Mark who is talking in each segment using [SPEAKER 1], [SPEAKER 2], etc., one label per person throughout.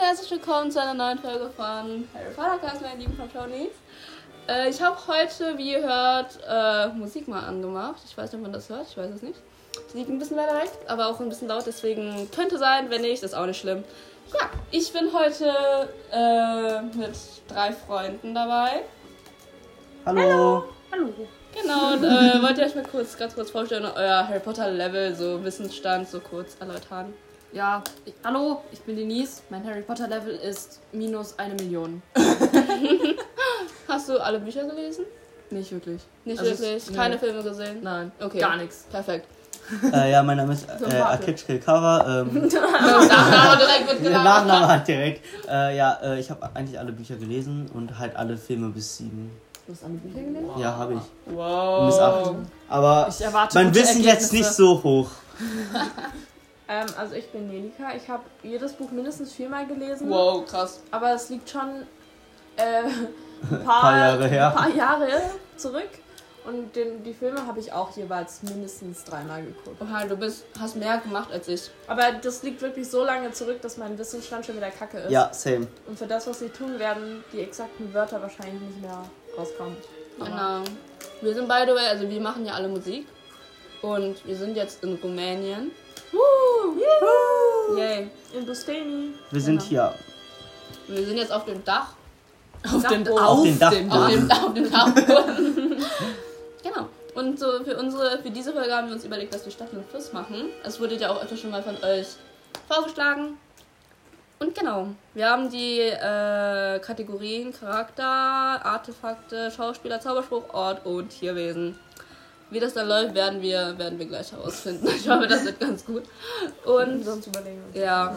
[SPEAKER 1] herzlich willkommen zu einer neuen Folge von Harry Podcast, meine lieben Patronis. Äh, ich habe heute, wie ihr hört, äh, Musik mal angemacht. Ich weiß nicht, ob man das hört, ich weiß es nicht. Die liegt ein bisschen weiter rechts, aber auch ein bisschen laut, deswegen könnte sein, wenn nicht, ist auch nicht schlimm. Ja, ich bin heute äh, mit drei Freunden dabei.
[SPEAKER 2] Hallo.
[SPEAKER 3] Hallo.
[SPEAKER 1] Genau, und äh, wollt ihr euch mal kurz, ganz kurz vorstellen, euer Harry Potter Level, so Wissensstand, so kurz erläutern.
[SPEAKER 3] Ja, ich, hallo, ich bin Denise. Mein Harry Potter Level ist minus eine Million.
[SPEAKER 1] Hast du alle Bücher gelesen?
[SPEAKER 3] Nicht wirklich.
[SPEAKER 1] Nicht
[SPEAKER 3] Also es-
[SPEAKER 1] wirklich?
[SPEAKER 3] nee.
[SPEAKER 1] Keine Filme gesehen?
[SPEAKER 3] Nein,
[SPEAKER 1] Okay.
[SPEAKER 3] gar nichts.
[SPEAKER 1] Perfekt.
[SPEAKER 2] Äh, ja, mein Name ist äh,
[SPEAKER 1] Marke.
[SPEAKER 2] Akitsch Kilkara. Ähm,
[SPEAKER 1] Nachname direkt wird
[SPEAKER 2] der
[SPEAKER 1] geladen.
[SPEAKER 2] Nachname hat direkt. Äh, ja, äh, ich habe eigentlich alle Bücher gelesen und halt alle Filme bis sieben.
[SPEAKER 3] Du hast alle Bücher gelesen?
[SPEAKER 2] Ja, habe ich.
[SPEAKER 1] Wow.
[SPEAKER 2] Bis acht. Aber
[SPEAKER 3] Ich erwarte
[SPEAKER 2] mein
[SPEAKER 3] gute
[SPEAKER 2] Wissen jetzt
[SPEAKER 3] Ergebnisse.
[SPEAKER 2] nicht so hoch.
[SPEAKER 4] Ähm, also ich bin Nelika. Ich habe jedes Buch mindestens viermal gelesen.
[SPEAKER 1] Wow, krass.
[SPEAKER 4] Aber es liegt schon äh, ein paar,
[SPEAKER 2] Paar Jahre her.
[SPEAKER 4] ein paar Jahre zurück. Und den, die Filme habe ich auch jeweils mindestens dreimal geguckt.
[SPEAKER 1] Oha, du bist, hast mehr gemacht als ich.
[SPEAKER 4] Aber das liegt wirklich so lange zurück, dass mein Wissensstand schon wieder kacke ist.
[SPEAKER 2] Ja, same.
[SPEAKER 4] Und für das, was sie tun werden, die exakten Wörter wahrscheinlich nicht mehr rauskommen. Aber
[SPEAKER 1] Genau. Wir sind by the way, also wir machen ja alle Musik. Und wir sind jetzt in Rumänien. Yay.
[SPEAKER 4] In Busteni.
[SPEAKER 2] Wir sind hier.
[SPEAKER 1] Wir sind jetzt auf dem Dach.
[SPEAKER 3] Auf den,
[SPEAKER 4] Dachboden.
[SPEAKER 3] auf
[SPEAKER 2] Auf den
[SPEAKER 3] den
[SPEAKER 2] Dachboden.
[SPEAKER 1] Auf
[SPEAKER 3] Dach.
[SPEAKER 1] dem, auf dem Dachboden. genau. Und so für unsere, für diese Folge haben wir uns überlegt, dass wir Staffel und Fluss machen. Es wurde ja auch öfter schon mal von euch vorgeschlagen. Und genau, wir haben die äh, Kategorien Charakter, Artefakte, Schauspieler, Zauberspruch, Ort und Tierwesen. Wie das dann läuft, werden wir, werden wir gleich herausfinden. Ich hoffe, das wird ganz gut. Und
[SPEAKER 4] Und sonst überlegen wir uns.
[SPEAKER 1] ja.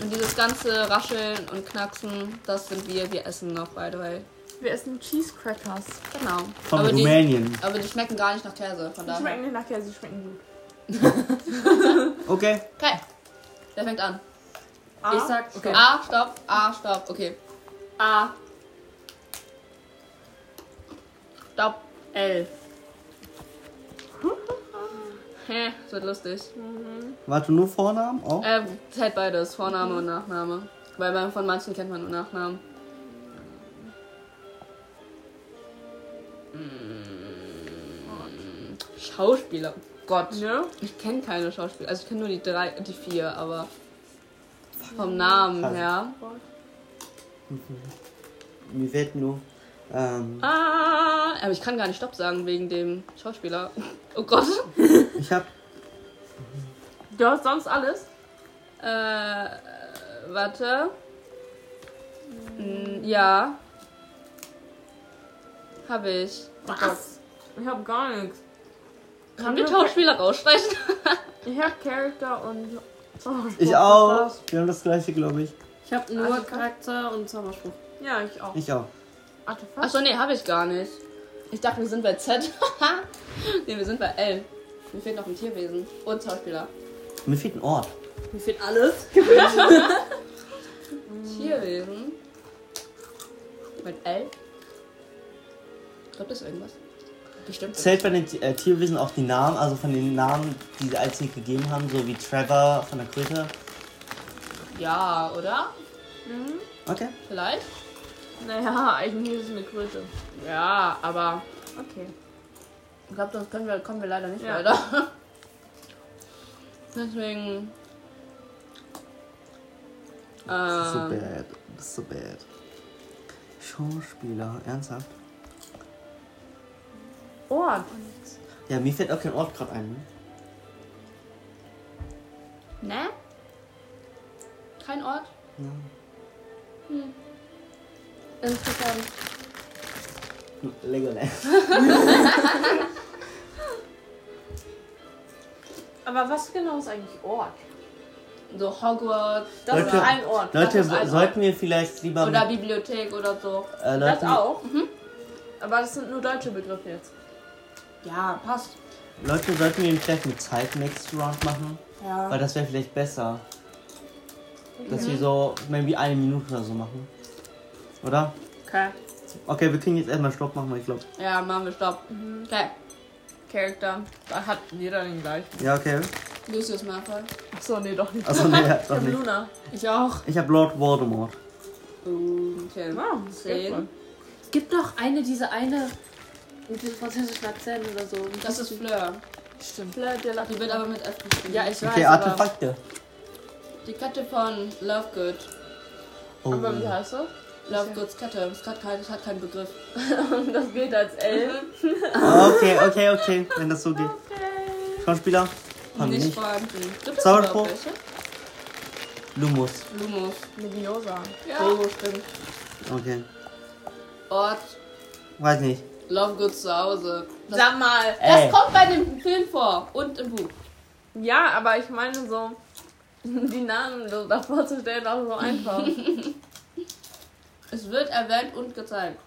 [SPEAKER 1] Und dieses ganze Rascheln und Knacksen, das sind wir. Wir essen noch, by the way.
[SPEAKER 4] Wir essen Cheese Crackers.
[SPEAKER 1] Genau.
[SPEAKER 2] Von
[SPEAKER 1] aber, die,
[SPEAKER 2] Rumänien.
[SPEAKER 1] aber die schmecken gar nicht nach Käse, von
[SPEAKER 4] Die
[SPEAKER 1] daher.
[SPEAKER 4] schmecken nicht nach Käse, sie schmecken gut.
[SPEAKER 2] Okay.
[SPEAKER 1] Okay. Wer fängt an?
[SPEAKER 4] Ah,
[SPEAKER 3] Ich sag, okay.
[SPEAKER 1] A, stopp, A, stopp, okay.
[SPEAKER 3] A,
[SPEAKER 1] Stopp.
[SPEAKER 3] L.
[SPEAKER 1] Hä, das wird lustig.
[SPEAKER 2] Warte, nur Vornamen? Oh. Auch?
[SPEAKER 1] Äh, zählt beides, Vorname und Nachname. Weil man, von manchen kennt man nur Nachnamen. Mm, Schauspieler. Oh Gott.
[SPEAKER 4] ne?
[SPEAKER 1] Ich kenne keine Schauspieler. Also ich kenne nur die drei, die vier, aber vom Namen
[SPEAKER 2] Krass.
[SPEAKER 1] her.
[SPEAKER 2] Mir fällt nur. Ähm,
[SPEAKER 1] Ah, aber ich kann gar nicht Stopp sagen wegen dem Schauspieler. Oh Gott.
[SPEAKER 2] ich habe
[SPEAKER 4] Du hast sonst alles?
[SPEAKER 1] Äh, warte. Mm, Ja. Habe ich.
[SPEAKER 4] Was? Ich hab gar nichts.
[SPEAKER 1] Kann wir Schauspieler rausstreichen?
[SPEAKER 4] Ich hab Charakter und Zauberspruch.
[SPEAKER 2] ich
[SPEAKER 4] das
[SPEAKER 2] auch.
[SPEAKER 4] war's.
[SPEAKER 2] Wir haben das gleiche, glaube ich.
[SPEAKER 3] Ich habe nur
[SPEAKER 4] Also-
[SPEAKER 3] Charakter und Zauberspruch.
[SPEAKER 4] Ja, ich auch.
[SPEAKER 2] Ich auch.
[SPEAKER 4] Artefakt.
[SPEAKER 1] Achso, nee, habe ich gar nicht. Ich dachte, wir sind bei Z. nee, wir sind bei L. Mir fehlt noch ein Tierwesen. Und Schauspieler.
[SPEAKER 2] Mir fehlt ein Ort.
[SPEAKER 3] Mir fehlt alles.
[SPEAKER 1] Tierwesen. Mit L. Kommt das irgendwas? Bestimmt.
[SPEAKER 2] Zählt bei den T- äh, Tierwesen auch die Namen, also von den Namen, die sie als Nick gegeben haben, so wie Trevor von der Kröte.
[SPEAKER 1] Ja, oder?
[SPEAKER 2] Okay.
[SPEAKER 4] Ähm.
[SPEAKER 1] Vielleicht?
[SPEAKER 4] Naja, eigentlich ist es eine Kröte.
[SPEAKER 1] Ja, aber
[SPEAKER 4] Okay.
[SPEAKER 1] ich glaube, sonst können wir, kommen wir leider nicht
[SPEAKER 4] Ja.
[SPEAKER 1] weiter. Deswegen.
[SPEAKER 2] So
[SPEAKER 1] Ähm,
[SPEAKER 2] bad. So bad. Schauspieler, ernsthaft?
[SPEAKER 4] Ort.
[SPEAKER 2] Ja, mir fällt auch kein Ort gerade ein. ne?
[SPEAKER 1] ne? Kein Ort?
[SPEAKER 2] Ja.
[SPEAKER 1] Interessant.
[SPEAKER 2] Legoland.
[SPEAKER 4] Aber was genau ist eigentlich Ort?
[SPEAKER 1] So Hogwarts
[SPEAKER 4] Das ist
[SPEAKER 2] Leute,
[SPEAKER 4] ein Ort.
[SPEAKER 2] Leute,
[SPEAKER 4] das ist
[SPEAKER 2] so,
[SPEAKER 4] ein
[SPEAKER 2] sollten wir vielleicht lieber.
[SPEAKER 1] oder
[SPEAKER 2] mit,
[SPEAKER 1] Bibliothek oder so.
[SPEAKER 2] äh,
[SPEAKER 4] Ort. Das
[SPEAKER 2] Leuten,
[SPEAKER 4] auch. Aber das sind nur deutsche Begriffe jetzt.
[SPEAKER 1] Ja, passt.
[SPEAKER 2] Leute, sollten wir ihn vielleicht mit Zeit Next Round machen?
[SPEAKER 3] Ja.
[SPEAKER 2] Weil das wäre vielleicht besser. Dass
[SPEAKER 4] Mhm.
[SPEAKER 2] wir so, maybe eine Minute oder so machen. Oder?
[SPEAKER 3] Okay.
[SPEAKER 2] Okay, wir können jetzt erstmal Stopp machen, weil ich glaube.
[SPEAKER 1] Ja, machen wir Stopp. Okay. Charakter.
[SPEAKER 3] Da hat jeder den gleichen.
[SPEAKER 2] Ja, okay.
[SPEAKER 1] Lucius Malfoy.
[SPEAKER 4] Achso, nee, doch nicht.
[SPEAKER 2] Achso, nee,
[SPEAKER 4] Ich
[SPEAKER 2] doch
[SPEAKER 4] hab
[SPEAKER 2] nicht.
[SPEAKER 4] Luna.
[SPEAKER 3] Ich auch.
[SPEAKER 2] Ich hab Lord Voldemort.
[SPEAKER 1] Okay.
[SPEAKER 4] Wow,
[SPEAKER 1] Zehn.
[SPEAKER 3] Es gibt noch eine, diese eine mit diesem französischen Akzent oder so.
[SPEAKER 1] Das ist Fleur.
[SPEAKER 3] stimmt.
[SPEAKER 1] Die wird aber mit F geschrieben.
[SPEAKER 3] Ja, ich weiß.
[SPEAKER 2] Okay,
[SPEAKER 3] aber
[SPEAKER 2] Artefakte.
[SPEAKER 1] Die Kette von Lovegood.
[SPEAKER 2] Oh.
[SPEAKER 4] Aber wie heißt das?
[SPEAKER 1] Lovegoods Kette. Es hat, kein, es hat keinen Begriff.
[SPEAKER 4] Und das gilt als L.
[SPEAKER 2] Okay, okay, okay, wenn das so geht. Schauspieler? Haben wir
[SPEAKER 1] nicht,
[SPEAKER 2] Ah, nicht.
[SPEAKER 1] vorhanden. Gibt es
[SPEAKER 2] Zauberspruch?
[SPEAKER 1] überhaupt welche?
[SPEAKER 2] Lumos.
[SPEAKER 1] Lumos.
[SPEAKER 4] Leviosa.
[SPEAKER 1] Ja. Oh, stimmt.
[SPEAKER 2] Okay.
[SPEAKER 1] Ort.
[SPEAKER 2] Weiß nicht.
[SPEAKER 1] Lovegoods zu Hause. Das,
[SPEAKER 4] Sag mal.
[SPEAKER 1] das
[SPEAKER 2] Ey.
[SPEAKER 1] kommt bei dem Film vor und im Buch.
[SPEAKER 4] Ja, aber ich meine so, die Namen so davor zu stellen, auch so einfach.
[SPEAKER 1] Es wird erwähnt und gezeigt.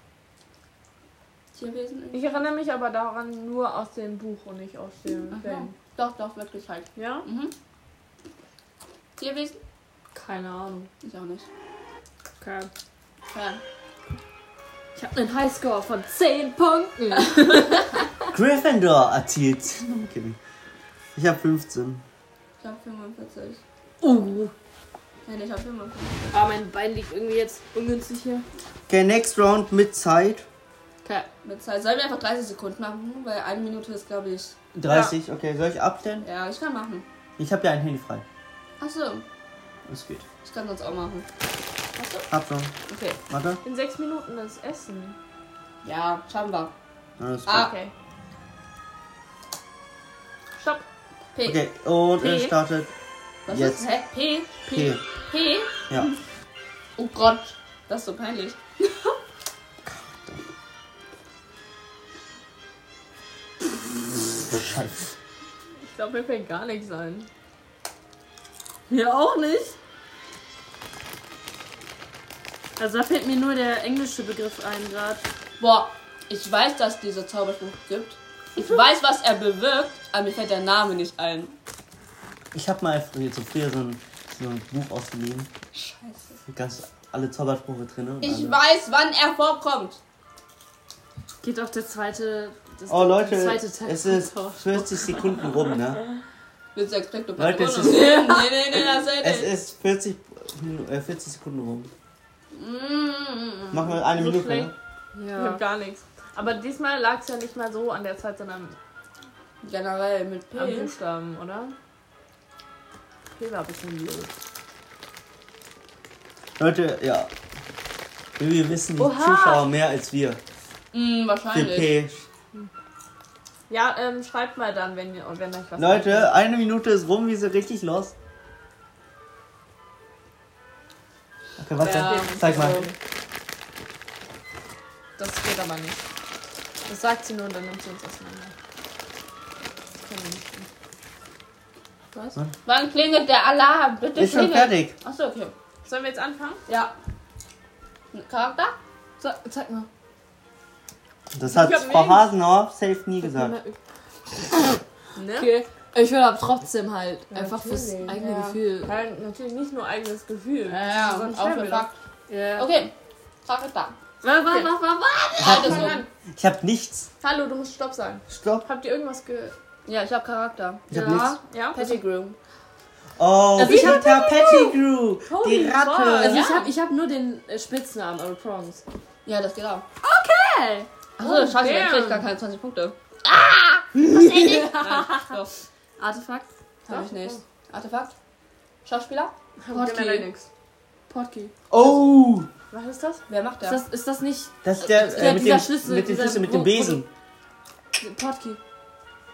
[SPEAKER 1] Tierwesen? in-
[SPEAKER 4] Ich erinnere mich aber daran nur aus dem Buch und nicht aus dem
[SPEAKER 1] Aha.
[SPEAKER 4] Film.
[SPEAKER 1] Doch, doch, wird gezeigt.
[SPEAKER 4] Ja?
[SPEAKER 1] Mhm. Tierwesen?
[SPEAKER 3] Keine Ahnung.
[SPEAKER 1] Ich auch nicht.
[SPEAKER 3] Okay.
[SPEAKER 1] Ja.
[SPEAKER 3] Ich habe einen Highscore von 10 Punkten.
[SPEAKER 2] Gryffindor erzielt. Okay. Ich hab 15.
[SPEAKER 1] Ich hab 45.
[SPEAKER 3] uh.
[SPEAKER 1] Nein, ich hab 45.
[SPEAKER 3] Aber mein Bein liegt irgendwie jetzt ungünstig hier.
[SPEAKER 2] Okay, next round mit Zeit.
[SPEAKER 3] Okay.
[SPEAKER 1] Mit Zeit. Sollen wir einfach 30 Sekunden machen? Weil eine Minute ist, glaube ich.
[SPEAKER 2] 30, okay, soll ich abstellen?
[SPEAKER 1] Ja, ich kann machen.
[SPEAKER 2] Ich hab ja ein Handy frei.
[SPEAKER 1] Achso,
[SPEAKER 2] Das geht.
[SPEAKER 1] ich kann sonst auch machen. Achso,
[SPEAKER 2] Hab schon.
[SPEAKER 1] okay.
[SPEAKER 2] Warte.
[SPEAKER 4] In sechs Minuten ist Essen.
[SPEAKER 1] Ja, schauen wir.
[SPEAKER 2] Alles gut.
[SPEAKER 1] Ah,
[SPEAKER 4] Okay. Stopp.
[SPEAKER 1] P.
[SPEAKER 2] Okay, und es
[SPEAKER 4] P.
[SPEAKER 2] startet
[SPEAKER 1] Was
[SPEAKER 2] Jetzt.
[SPEAKER 1] ist? Hä? P?
[SPEAKER 2] P.
[SPEAKER 1] P?
[SPEAKER 2] Ja.
[SPEAKER 1] Oh Gott, das ist so peinlich.
[SPEAKER 2] Scheiße.
[SPEAKER 4] Ich glaube, mir fällt gar nichts ein.
[SPEAKER 3] Mir auch nicht. Also da fällt mir nur der englische Begriff ein gerade.
[SPEAKER 1] Boah, ich weiß, dass es dieser Zauberspruch gibt. Ich weiß, was er bewirkt, aber mir fällt der Name nicht ein.
[SPEAKER 2] Ich hab mal früher zu früher so ein, so ein Buch ausgeliehen.
[SPEAKER 1] Scheiße.
[SPEAKER 2] Mit ganz alle Zaubersprüche drin. ne? und
[SPEAKER 1] Ich
[SPEAKER 2] alle-
[SPEAKER 1] weiß, wann er vorkommt.
[SPEAKER 3] Geht auch der zweite. Das
[SPEAKER 2] Oh Leute,
[SPEAKER 3] der zweite Teil
[SPEAKER 2] es ist
[SPEAKER 3] Oh.
[SPEAKER 2] 40 Sekunden rum, ne?
[SPEAKER 1] Willst du expecto
[SPEAKER 2] Leute, es
[SPEAKER 1] Patronum?
[SPEAKER 2] ist-
[SPEAKER 1] Nee, nee, nee, das
[SPEAKER 2] Es
[SPEAKER 1] hätte ich.
[SPEAKER 2] ist 40, Minu- äh, 40 Sekunden rum.
[SPEAKER 1] Mm.
[SPEAKER 2] Machen wir eine
[SPEAKER 4] So
[SPEAKER 2] Minute.
[SPEAKER 4] schlecht.
[SPEAKER 2] Ne?
[SPEAKER 4] Ich habe
[SPEAKER 3] Ja.
[SPEAKER 4] gar nichts. Aber diesmal lag es ja nicht mal so an der Zeit, sondern
[SPEAKER 1] Generell mit P.
[SPEAKER 4] am Buchstaben, oder? P war ein bisschen blöd.
[SPEAKER 2] Leute, ja. Wir wissen die
[SPEAKER 4] Oha.
[SPEAKER 2] Zuschauer mehr als wir.
[SPEAKER 1] Mm,
[SPEAKER 2] Für
[SPEAKER 1] wahrscheinlich.
[SPEAKER 2] P.
[SPEAKER 4] Ja, ähm, schreibt mal dann, wenn, ihr- wenn euch was
[SPEAKER 2] Leute, eine Minute ist rum, wir sind richtig los. Okay, was
[SPEAKER 1] Ja,
[SPEAKER 2] denn? Zeig mal.
[SPEAKER 4] also- Das geht aber nicht. Das sagt sie nur und dann nimmt sie uns auseinander. Das können wir nicht tun. Was?
[SPEAKER 1] Wann klingelt der Alarm? Bitte
[SPEAKER 2] Ist schon
[SPEAKER 1] klingelt.
[SPEAKER 2] fertig.
[SPEAKER 1] Achso, okay.
[SPEAKER 4] Sollen wir jetzt anfangen?
[SPEAKER 1] Ja. Charakter?
[SPEAKER 4] Zeig, mal.
[SPEAKER 2] Das hat
[SPEAKER 4] Ich hab
[SPEAKER 2] Frau
[SPEAKER 4] nichts.
[SPEAKER 2] Hasenhoff safe nie gesagt.
[SPEAKER 4] Ne?
[SPEAKER 3] Okay. Ich will aber trotzdem halt einfach fürs
[SPEAKER 4] Natürlich,
[SPEAKER 3] eigene
[SPEAKER 1] ja.
[SPEAKER 3] Gefühl.
[SPEAKER 4] Ja, natürlich nicht nur eigenes Gefühl.
[SPEAKER 1] Ja,
[SPEAKER 4] Sonst
[SPEAKER 1] auch
[SPEAKER 4] schreiben
[SPEAKER 1] für
[SPEAKER 4] wir das.
[SPEAKER 1] Fakt.
[SPEAKER 3] Ja.
[SPEAKER 1] Okay, Charakter.
[SPEAKER 3] Warte, warte, warte, warte.
[SPEAKER 2] Ah,
[SPEAKER 1] Alter,
[SPEAKER 4] Fang
[SPEAKER 1] so.
[SPEAKER 4] an.
[SPEAKER 2] Ich hab nichts.
[SPEAKER 4] Hallo, du musst Stopp sagen.
[SPEAKER 2] Stopp.
[SPEAKER 4] Habt ihr irgendwas ge...
[SPEAKER 1] Ja, ich hab Charakter.
[SPEAKER 2] Ich hab
[SPEAKER 3] Ja.
[SPEAKER 2] nichts.
[SPEAKER 4] Ja?
[SPEAKER 1] Pettigrew.
[SPEAKER 2] Oh,
[SPEAKER 3] Also ich
[SPEAKER 2] Peter
[SPEAKER 3] hab-
[SPEAKER 2] Pettigrew. Die
[SPEAKER 4] Holy
[SPEAKER 2] Ratte.
[SPEAKER 3] Also
[SPEAKER 1] Ja.
[SPEAKER 3] ich habe ich hab nur den äh, Spitznamen, aber Prongs.
[SPEAKER 1] Ja, das geht auch.
[SPEAKER 3] Hey.
[SPEAKER 1] Achso,
[SPEAKER 4] Oh,
[SPEAKER 1] scheiße, dann
[SPEAKER 4] damn.
[SPEAKER 1] krieg ich gar keine 20 Punkte. Ah! Was denn ich?
[SPEAKER 3] Artefakt.
[SPEAKER 1] Nein, hab ich nicht. Artefakt? Schauspieler?
[SPEAKER 4] Habt ihr
[SPEAKER 3] Okay.
[SPEAKER 4] mir nichts.
[SPEAKER 3] Portki.
[SPEAKER 2] Oh,
[SPEAKER 4] Was ist das?
[SPEAKER 1] Wer macht
[SPEAKER 3] Ist
[SPEAKER 1] der?
[SPEAKER 3] das, ist das nicht
[SPEAKER 2] das ist der
[SPEAKER 3] Ja,
[SPEAKER 2] äh, mit,
[SPEAKER 3] dieser
[SPEAKER 2] dem,
[SPEAKER 3] Schlüssel,
[SPEAKER 2] mit dem
[SPEAKER 3] dieser-
[SPEAKER 2] Schlüssel, mit
[SPEAKER 3] wo-
[SPEAKER 2] dem
[SPEAKER 3] wo-
[SPEAKER 2] Besen.
[SPEAKER 3] Portki?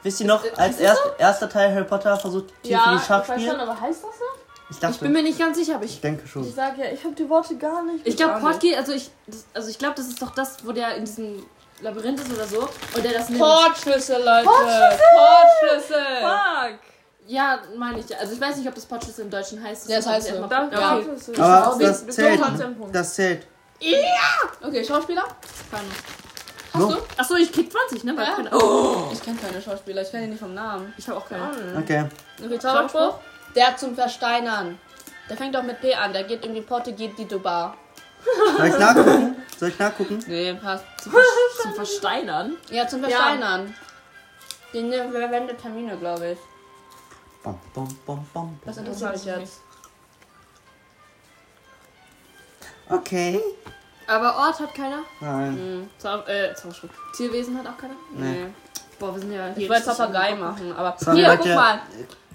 [SPEAKER 2] Wisst ihr noch,
[SPEAKER 3] Ist-
[SPEAKER 2] als
[SPEAKER 3] ist das
[SPEAKER 2] erst, erster Teil Harry Potter versucht, Tier für die
[SPEAKER 4] ich weiß schon,
[SPEAKER 2] Schachspiel?
[SPEAKER 4] aber heißt das noch?
[SPEAKER 2] Ich
[SPEAKER 3] Ich bin
[SPEAKER 2] dachte,
[SPEAKER 3] mir nicht ganz sicher, aber ich
[SPEAKER 2] ich denke
[SPEAKER 4] Ich
[SPEAKER 2] schon.
[SPEAKER 4] sag ja, ich hab die Worte gar nicht.
[SPEAKER 3] Ich glaube,
[SPEAKER 1] Auch nicht.
[SPEAKER 3] Portgate, also ich, das, also ich glaube, das ist doch das, wo der in diesem Labyrinth ist oder so. Und der das nimmt.
[SPEAKER 1] Portschlüssel, Leute! Portschlüssel!
[SPEAKER 4] Fuck!
[SPEAKER 3] ja, meine ich. ja. Also ich weiß nicht, ob das Portschlüssel im Deutschen heißt.
[SPEAKER 1] Ja, das
[SPEAKER 3] kommt
[SPEAKER 1] heißt
[SPEAKER 3] jetzt
[SPEAKER 1] so.
[SPEAKER 3] mal-
[SPEAKER 4] Da
[SPEAKER 3] Okay.
[SPEAKER 4] brauchst du es.
[SPEAKER 2] Aber
[SPEAKER 4] Wir-
[SPEAKER 2] das
[SPEAKER 4] wir
[SPEAKER 2] zählt.
[SPEAKER 4] kommen trotzdem Punkt.
[SPEAKER 2] Das zählt.
[SPEAKER 1] Okay, Schauspieler?
[SPEAKER 3] Keine Ahnung.
[SPEAKER 1] Hast
[SPEAKER 2] So.
[SPEAKER 1] du?
[SPEAKER 3] Achso, ich krieg 20, ne? Weil
[SPEAKER 1] Ja.
[SPEAKER 3] ich bin- oh,
[SPEAKER 1] Ich kenne keine Schauspieler, ich kenne die nicht vom Namen.
[SPEAKER 3] ich habe auch keine.
[SPEAKER 2] Okay.
[SPEAKER 1] Okay, Zauberspruch? Der zum Versteinern. Der fängt doch mit P an, der geht irgendwie Porte, geht die Dubar.
[SPEAKER 2] Soll ich nachgucken? Soll ich nachgucken?
[SPEAKER 1] Nee, passt.
[SPEAKER 3] Zum, Ver- zum Versteinern.
[SPEAKER 1] Ja, zum Versteinern. Den verwendet Termine, glaube ich.
[SPEAKER 2] Bom, bom, bom, bom.
[SPEAKER 1] Das interessiert mich
[SPEAKER 4] Das weiß ich
[SPEAKER 1] jetzt.
[SPEAKER 2] Okay.
[SPEAKER 3] Aber Ort hat keiner.
[SPEAKER 2] Nein.
[SPEAKER 1] Hm, Zau äh, Zauberschuh.
[SPEAKER 3] Tierwesen hat auch keiner.
[SPEAKER 2] Nee.
[SPEAKER 3] Boah, wir sind ja
[SPEAKER 1] Ich
[SPEAKER 3] hier
[SPEAKER 1] wollte
[SPEAKER 3] richtig
[SPEAKER 1] Papagei
[SPEAKER 3] am-
[SPEAKER 1] machen, aber.
[SPEAKER 2] Sorry,
[SPEAKER 1] Hier,
[SPEAKER 2] Leute.
[SPEAKER 1] guck mal.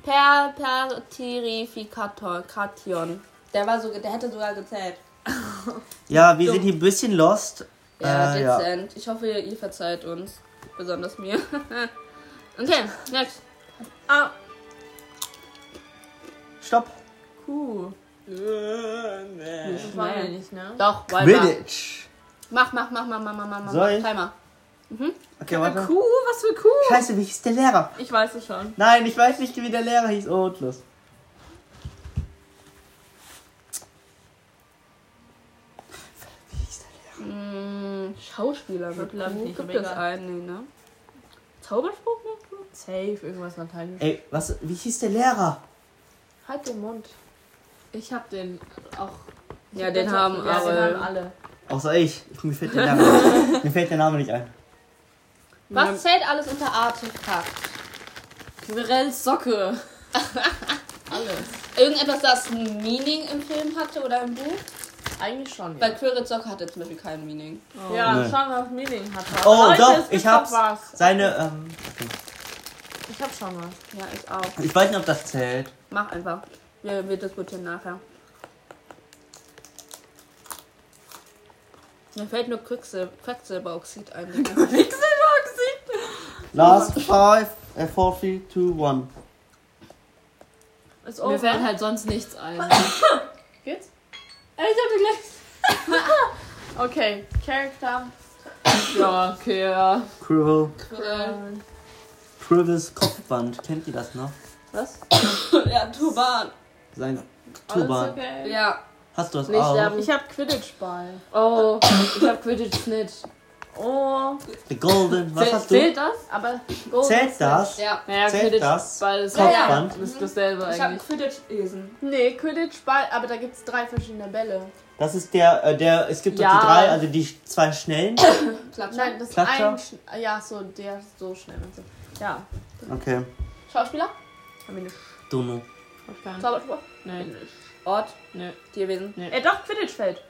[SPEAKER 1] Per, per Terrifikator, Kation. Der war so, ge- der hätte sogar gezählt.
[SPEAKER 2] Ja, wir sind hier ein bisschen lost.
[SPEAKER 1] Ja,
[SPEAKER 2] Äh, ja.
[SPEAKER 1] dezent. Ich hoffe, ihr, ihr verzeiht uns. Besonders mir. okay, next. Ah,
[SPEAKER 2] Stopp.
[SPEAKER 1] cool.
[SPEAKER 4] Das wollen wir nicht, ne?
[SPEAKER 1] Doch, weiter.
[SPEAKER 2] Quidditch.
[SPEAKER 1] Mach, mach, mach, mach, mach, mach, mach, mach.
[SPEAKER 2] Soll ich?
[SPEAKER 1] Timer.
[SPEAKER 2] Okay, warte.
[SPEAKER 4] Kuh, was für Kuh?
[SPEAKER 2] Scheiße, wie hieß der Lehrer?
[SPEAKER 4] Ich weiß es schon.
[SPEAKER 2] Nein, ich weiß nicht, wie der Lehrer hieß. Oh, und los. Wie hieß der Lehrer?
[SPEAKER 1] Mm, Schauspieler mit
[SPEAKER 4] Wird, glaub ich,
[SPEAKER 1] Kuh.
[SPEAKER 4] nicht,
[SPEAKER 1] Gibt
[SPEAKER 4] aber
[SPEAKER 1] es
[SPEAKER 4] egal.
[SPEAKER 1] einen, nee, ne? Zauberspruch mit Kuh?
[SPEAKER 4] Safe, irgendwas Lateinisch.
[SPEAKER 2] Ey, was, wie hieß der Lehrer?
[SPEAKER 4] Halt den Mund.
[SPEAKER 3] Ich hab den auch.
[SPEAKER 1] Ja, den haben
[SPEAKER 4] ja,
[SPEAKER 1] aber.
[SPEAKER 4] den haben alle.
[SPEAKER 2] Außer ich. Mir fällt der Name, mir fällt der Name nicht ein.
[SPEAKER 1] Was zählt alles unter Artefakt?
[SPEAKER 3] Quirrells Socke.
[SPEAKER 4] Alles.
[SPEAKER 1] Irgendetwas, das ein Meaning im Film hatte oder im Buch?
[SPEAKER 4] Eigentlich schon.
[SPEAKER 1] Weil Quirrell Zocker hatte zum Beispiel kein Meaning.
[SPEAKER 4] Ja,
[SPEAKER 2] Nee.
[SPEAKER 4] schauen wir auf Meaning hat er.
[SPEAKER 2] Oh,
[SPEAKER 4] Leute,
[SPEAKER 2] doch,
[SPEAKER 4] es gibt
[SPEAKER 2] ich hab's.
[SPEAKER 4] Doch was.
[SPEAKER 2] Seine, ähm, okay.
[SPEAKER 4] Ich hab schon was.
[SPEAKER 1] Ja, ich auch.
[SPEAKER 2] ich weiß nicht, ob das zählt.
[SPEAKER 1] Mach einfach. Wir, wir diskutieren nachher. Mir fällt nur Quecksil- Quecksilberoxid ein.
[SPEAKER 4] Pixelboxy.
[SPEAKER 2] Last five, äh, four, three, two, one.
[SPEAKER 4] Ist um.
[SPEAKER 3] Mir
[SPEAKER 4] over.
[SPEAKER 3] fällt halt sonst nichts ein.
[SPEAKER 4] Geht's? Ey, ich hab den gleich. okay, Charakter.
[SPEAKER 3] ja, okay, ja.
[SPEAKER 2] Quirrell,
[SPEAKER 1] Quirrell.
[SPEAKER 2] Quirrells Kopfband. Kennt ihr das noch?
[SPEAKER 4] Was?
[SPEAKER 1] ja, Turban.
[SPEAKER 2] Sein
[SPEAKER 4] Alles
[SPEAKER 2] Turban.
[SPEAKER 4] okay.
[SPEAKER 1] Ja.
[SPEAKER 2] Hast du das
[SPEAKER 3] Nicht
[SPEAKER 2] auch?
[SPEAKER 3] sterben.
[SPEAKER 4] Ich hab Quidditch-Ball.
[SPEAKER 3] Oh, ich hab Quidditch-Schnitt.
[SPEAKER 4] Oh,
[SPEAKER 2] The Golden, was
[SPEAKER 3] Zäh-
[SPEAKER 2] hast du?
[SPEAKER 3] Zählt das?
[SPEAKER 4] aber.
[SPEAKER 2] Zählt das?
[SPEAKER 1] Ja.
[SPEAKER 3] Naja,
[SPEAKER 2] Zählt das?
[SPEAKER 3] Quidditch-Ball ist
[SPEAKER 2] Kopfband?
[SPEAKER 3] ja, ja. ist dasselbe
[SPEAKER 1] Ich habe
[SPEAKER 3] eigentlich.
[SPEAKER 1] Quidditch-Esen.
[SPEAKER 4] Nee, Quidditch-Ball, aber da gibt's drei verschiedene Bälle.
[SPEAKER 2] Das ist der, äh, der, es gibt doch
[SPEAKER 3] Ja.
[SPEAKER 2] die drei, also die sch- zwei schnellen.
[SPEAKER 1] Klatscher.
[SPEAKER 4] Nein, das ist
[SPEAKER 2] Klatscher?
[SPEAKER 4] ein. Sch ja, so, der ist so schnell. und so. Ja,
[SPEAKER 2] Okay,
[SPEAKER 1] Schauspieler?
[SPEAKER 4] haben wir nicht.
[SPEAKER 2] Duno.
[SPEAKER 4] Hab ich gar nicht.
[SPEAKER 1] Zauberspruch?
[SPEAKER 3] Nee,
[SPEAKER 1] Ort?
[SPEAKER 3] nee.
[SPEAKER 1] Tierwesen?
[SPEAKER 4] Äh, doch, Quidditch-Feld.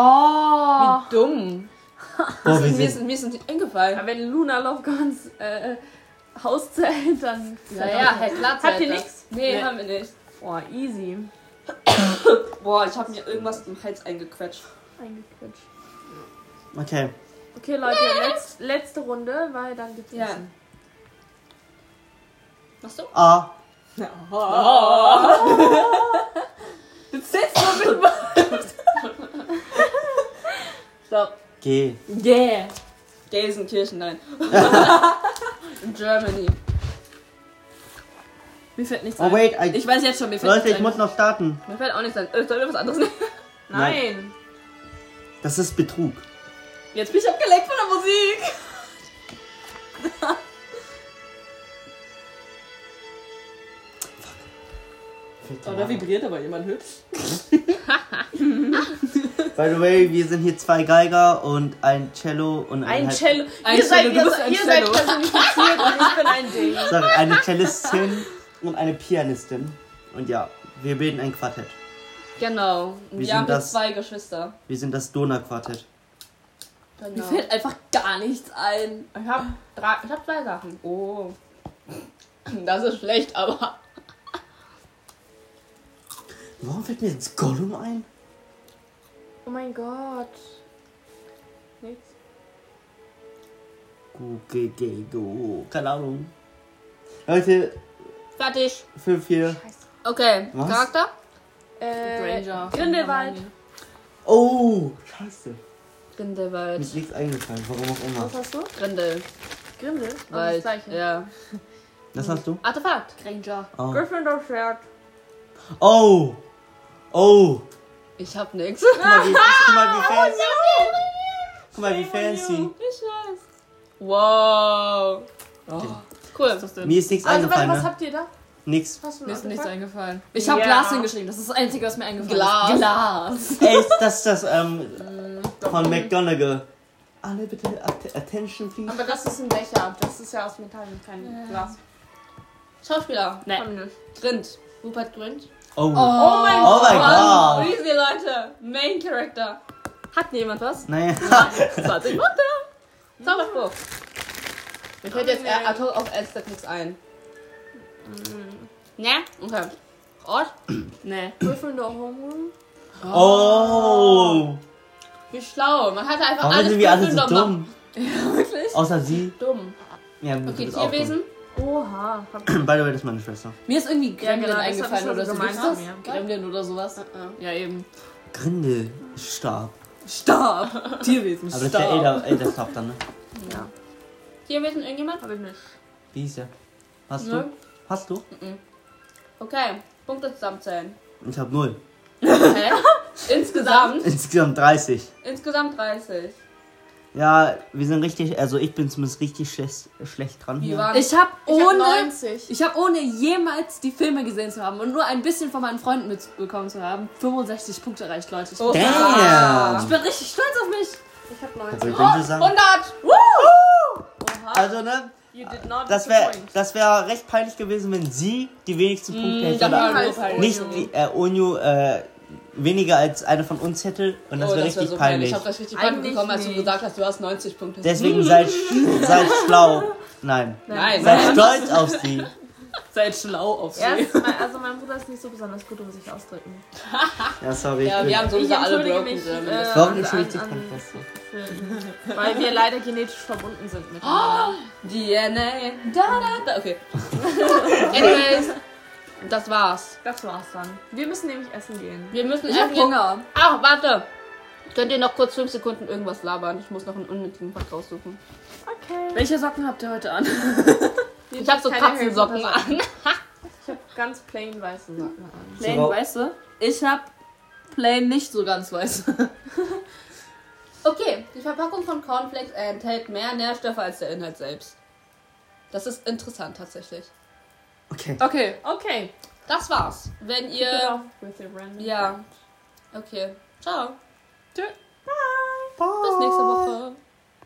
[SPEAKER 3] Oh!
[SPEAKER 1] Wie dumm.
[SPEAKER 2] Boah, Oh, wir
[SPEAKER 1] Mir ist,
[SPEAKER 2] sind.
[SPEAKER 1] mir ist nicht eingefallen.
[SPEAKER 4] Aber wenn Luna Lovegans äh, Haus zählt, dann.
[SPEAKER 1] hey, klar
[SPEAKER 4] Habt ihr
[SPEAKER 1] zählt das.
[SPEAKER 4] nix?
[SPEAKER 1] Nee,
[SPEAKER 4] Nee.
[SPEAKER 1] haben wir nicht.
[SPEAKER 4] Boah, easy.
[SPEAKER 1] Boah, ich habe mir irgendwas im Hals eingequetscht.
[SPEAKER 4] Eingequetscht.
[SPEAKER 2] Okay,
[SPEAKER 4] Okay, Leute, letz, letzte Runde, weil dann gibt's
[SPEAKER 1] Ja.
[SPEAKER 4] Essen.
[SPEAKER 1] Machst du?
[SPEAKER 2] A.
[SPEAKER 1] Du sitzt nur mit Stopp.
[SPEAKER 2] G.
[SPEAKER 4] Yeah.
[SPEAKER 1] Gelsenkirchen, nein. In Germany.
[SPEAKER 3] Mir fällt nichts
[SPEAKER 2] Oh,
[SPEAKER 3] ein.
[SPEAKER 2] wait, I,
[SPEAKER 3] Ich weiß jetzt schon, mir fällt
[SPEAKER 2] Leute,
[SPEAKER 3] nichts
[SPEAKER 2] ich
[SPEAKER 3] ein.
[SPEAKER 2] muss noch starten.
[SPEAKER 1] Mir fällt auch nichts ein. Äh, Sollen wir was anderes nehmen?
[SPEAKER 4] Nein.
[SPEAKER 2] Das ist Betrug.
[SPEAKER 1] Jetzt bin ich abgelenkt von der Musik.
[SPEAKER 3] vibriert aber jemand hübsch.
[SPEAKER 2] By the way, wir sind hier zwei Geiger und ein Cello und ein,
[SPEAKER 4] Ein Cello.
[SPEAKER 3] Ein
[SPEAKER 4] ihr seid,
[SPEAKER 3] Cello, du
[SPEAKER 4] ihr,
[SPEAKER 3] bist ein
[SPEAKER 4] ihr seid
[SPEAKER 3] Cello.
[SPEAKER 4] personifiziert und ich bin ein Ding.
[SPEAKER 2] Sorry, eine Cellistin und eine Pianistin. Und ja, wir bilden ein Quartett.
[SPEAKER 1] Genau. Und
[SPEAKER 2] Wie
[SPEAKER 1] wir
[SPEAKER 2] sind
[SPEAKER 1] haben
[SPEAKER 2] das?
[SPEAKER 1] jetzt zwei Geschwister.
[SPEAKER 2] Wir sind das Donau-Quartett.
[SPEAKER 3] Mir
[SPEAKER 1] Genau.
[SPEAKER 3] fällt einfach gar nichts ein.
[SPEAKER 1] Ich hab, drei, ich hab zwei Sachen. Oh. Das ist schlecht, aber.
[SPEAKER 2] Warum fällt mir jetzt Gollum ein?
[SPEAKER 4] Oh mein Gott. Nichts.
[SPEAKER 2] Gu- ge- ge- go. Keine Ahnung. Leute,
[SPEAKER 1] Fertig.
[SPEAKER 2] 5, 4.
[SPEAKER 1] Okay.
[SPEAKER 2] Was?
[SPEAKER 1] Charakter?
[SPEAKER 4] Äh,
[SPEAKER 3] Granger.
[SPEAKER 4] Grindelwald.
[SPEAKER 2] Oh, scheiße. Mir ist
[SPEAKER 1] Grindelwald.
[SPEAKER 2] nichts eingefallen, warum auch immer.
[SPEAKER 4] Was hast du?
[SPEAKER 1] Grindel.
[SPEAKER 4] Grindel? Oh, das
[SPEAKER 1] Wald.
[SPEAKER 4] gleiche.
[SPEAKER 1] Ja.
[SPEAKER 2] Das hast du?
[SPEAKER 1] Artefakt.
[SPEAKER 3] Granger.
[SPEAKER 2] Oh.
[SPEAKER 4] Gryffindor Schwert.
[SPEAKER 2] Oh. Oh.
[SPEAKER 1] Ich hab nix.
[SPEAKER 2] Guck mal, wie, guck mal, wie fancy. Guck mal, wie fancy.
[SPEAKER 1] Ich weiß. Wow.
[SPEAKER 2] Oh.
[SPEAKER 1] Oh. Cool.
[SPEAKER 2] Mir ist nichts
[SPEAKER 4] Also, warte,
[SPEAKER 2] eingefallen.
[SPEAKER 4] was
[SPEAKER 2] ne?
[SPEAKER 4] habt ihr da?
[SPEAKER 2] Nix.
[SPEAKER 4] Hast du
[SPEAKER 3] Mir ist nichts
[SPEAKER 4] angefangen?
[SPEAKER 3] eingefallen. Ich habe
[SPEAKER 4] Ja.
[SPEAKER 3] Glas hingeschrieben. Das ist das Einzige, was mir eingefallen
[SPEAKER 1] Glas.
[SPEAKER 3] ist. Glas.
[SPEAKER 2] Ey, ist das das ähm, von McGonagall? Alle bitte att- Attention, please.
[SPEAKER 4] Aber das ist ein Becher. Das ist ja aus Metall und kein Glas.
[SPEAKER 1] Schauspieler.
[SPEAKER 3] Nee.
[SPEAKER 4] Komm nicht.
[SPEAKER 1] Grind. Rupert Grind.
[SPEAKER 2] Oh.
[SPEAKER 3] Oh.
[SPEAKER 1] Oh mein
[SPEAKER 2] Oh mein
[SPEAKER 1] Mann,
[SPEAKER 2] Gott.
[SPEAKER 1] Riesige Leute. Main Character. Hat jemand was?
[SPEAKER 2] Naja.
[SPEAKER 1] 20 Punkte. Zauberspruch. Mir fällt jetzt eher ad hoc auf Elster nichts ein. Ne? Okay. Ort? Ne.
[SPEAKER 4] Gryffindor Homeroom.
[SPEAKER 2] Oh.
[SPEAKER 1] Wie schlau. Man hatte einfach
[SPEAKER 2] Warum
[SPEAKER 1] alles
[SPEAKER 2] sind wir alle so
[SPEAKER 1] Gryffindor machen.
[SPEAKER 2] dumm?
[SPEAKER 1] Wirklich?
[SPEAKER 2] Außer sie.
[SPEAKER 1] Dumm.
[SPEAKER 2] Ja, gut,
[SPEAKER 1] Okay,
[SPEAKER 2] das ist auch
[SPEAKER 1] Tierwesen.
[SPEAKER 4] Oha. Hab
[SPEAKER 2] dumm. By the way, das ist meine Schwester.
[SPEAKER 3] Mir ist irgendwie
[SPEAKER 4] Ja,
[SPEAKER 3] Gremlin
[SPEAKER 4] genau, das hab ich
[SPEAKER 3] eingefallen
[SPEAKER 4] schon
[SPEAKER 3] oder
[SPEAKER 4] so
[SPEAKER 3] so.
[SPEAKER 4] gemeint.
[SPEAKER 3] Gibt's das?
[SPEAKER 4] Ja.
[SPEAKER 3] Gremlin oder sowas.
[SPEAKER 1] Uh-uh.
[SPEAKER 3] Ja, eben.
[SPEAKER 2] Grindel. Stab.
[SPEAKER 3] Stab! Tierwesen,
[SPEAKER 2] Aber das ist der
[SPEAKER 3] Stab.
[SPEAKER 2] Elder, Elderstab dann, ne?
[SPEAKER 1] Tierwesen irgendjemand?
[SPEAKER 4] ich nicht.
[SPEAKER 2] Wie ist der? Hast
[SPEAKER 1] Nö.
[SPEAKER 2] du? Hast du?
[SPEAKER 1] Okay. Punkte zusammenzählen.
[SPEAKER 2] Ich hab null.
[SPEAKER 1] Hä? Insgesamt?
[SPEAKER 2] Insgesamt 30.
[SPEAKER 1] Insgesamt 30.
[SPEAKER 2] Ja, wir sind richtig, also ich bin zumindest richtig schlecht, schlecht dran.
[SPEAKER 1] Wie
[SPEAKER 2] hier.
[SPEAKER 1] waren
[SPEAKER 3] Ich habe
[SPEAKER 4] Ich hab
[SPEAKER 3] ohne
[SPEAKER 4] 90.
[SPEAKER 3] Ich habe ohne jemals die Filme gesehen zu haben und nur ein bisschen von meinen Freunden mitbekommen zu haben, 65 Punkte erreicht, Leute. Ich,
[SPEAKER 1] Oh,
[SPEAKER 2] Damn!
[SPEAKER 3] ich bin richtig stolz auf mich.
[SPEAKER 4] Ich hab
[SPEAKER 2] Also,
[SPEAKER 4] 90.
[SPEAKER 2] ich
[SPEAKER 1] Oh,
[SPEAKER 2] würde sagen,
[SPEAKER 1] 100!
[SPEAKER 2] also ne,
[SPEAKER 4] You did not
[SPEAKER 2] das wäre das wär recht peinlich gewesen, wenn sie die wenigsten Punkte hätte.
[SPEAKER 1] Mm, dann
[SPEAKER 2] Oder
[SPEAKER 1] wäre
[SPEAKER 4] halt
[SPEAKER 1] peinlich.
[SPEAKER 2] nicht die, äh, Onyu äh, weniger als eine von uns hätte. Und das
[SPEAKER 1] oh,
[SPEAKER 2] wäre
[SPEAKER 1] das wär
[SPEAKER 2] richtig
[SPEAKER 1] so
[SPEAKER 2] peinlich.
[SPEAKER 1] Ich hab das richtig Punkte
[SPEAKER 4] Eigentlich
[SPEAKER 1] bekommen, als du
[SPEAKER 4] nicht.
[SPEAKER 1] gesagt hast, du hast 90 Punkte.
[SPEAKER 2] Deswegen seid, seid schlau. Nein.
[SPEAKER 1] Nein.
[SPEAKER 2] Seid stolz auf sie.
[SPEAKER 3] Seid schlau auf sie.
[SPEAKER 4] Erst, mein, also mein Bruder ist nicht so besonders gut, um sich auszudrücken.
[SPEAKER 2] Ja, sorry. ich
[SPEAKER 1] Ja,
[SPEAKER 2] bin-
[SPEAKER 1] wir haben sowieso
[SPEAKER 4] Ich
[SPEAKER 1] alle
[SPEAKER 4] entschuldige
[SPEAKER 1] Broken
[SPEAKER 4] mich,
[SPEAKER 1] German.
[SPEAKER 4] äh,
[SPEAKER 2] Warum
[SPEAKER 4] an-
[SPEAKER 2] entschuldigt sich
[SPEAKER 4] an-
[SPEAKER 2] meine Schwester?
[SPEAKER 4] Weil wir leider genetisch verbunden sind miteinander.
[SPEAKER 1] DNA. Da, da, da. Okay. Anyways, das war's.
[SPEAKER 4] Das war's dann. Wir müssen nämlich essen gehen.
[SPEAKER 1] Wir müssen
[SPEAKER 3] Ich habe
[SPEAKER 1] gehen.
[SPEAKER 3] Hunger.
[SPEAKER 1] Ach, warte. Könnt ihr noch kurz 5 Sekunden irgendwas labern? Ich muss noch einen unnötigen Fakt raussuchen.
[SPEAKER 4] Okay.
[SPEAKER 3] Welche Socken habt ihr heute an?
[SPEAKER 1] Ich hab so
[SPEAKER 4] Keine
[SPEAKER 1] Katzensocken an.
[SPEAKER 4] Harry Ich hab ganz plain weiße Socken an.
[SPEAKER 3] Plain
[SPEAKER 2] Sogar-
[SPEAKER 3] weiße. Ich hab plain nicht so ganz weiße.
[SPEAKER 1] Okay, die Verpackung von Cornflakes enthält mehr Nährstoffe als der Inhalt selbst. Das ist interessant tatsächlich.
[SPEAKER 2] Okay.
[SPEAKER 3] Okay.
[SPEAKER 4] Okay.
[SPEAKER 1] Das war's. Wenn ihr.
[SPEAKER 4] With your random
[SPEAKER 1] Ja. Okay. Ciao.
[SPEAKER 3] Tschüss.
[SPEAKER 1] Bis nächste Woche.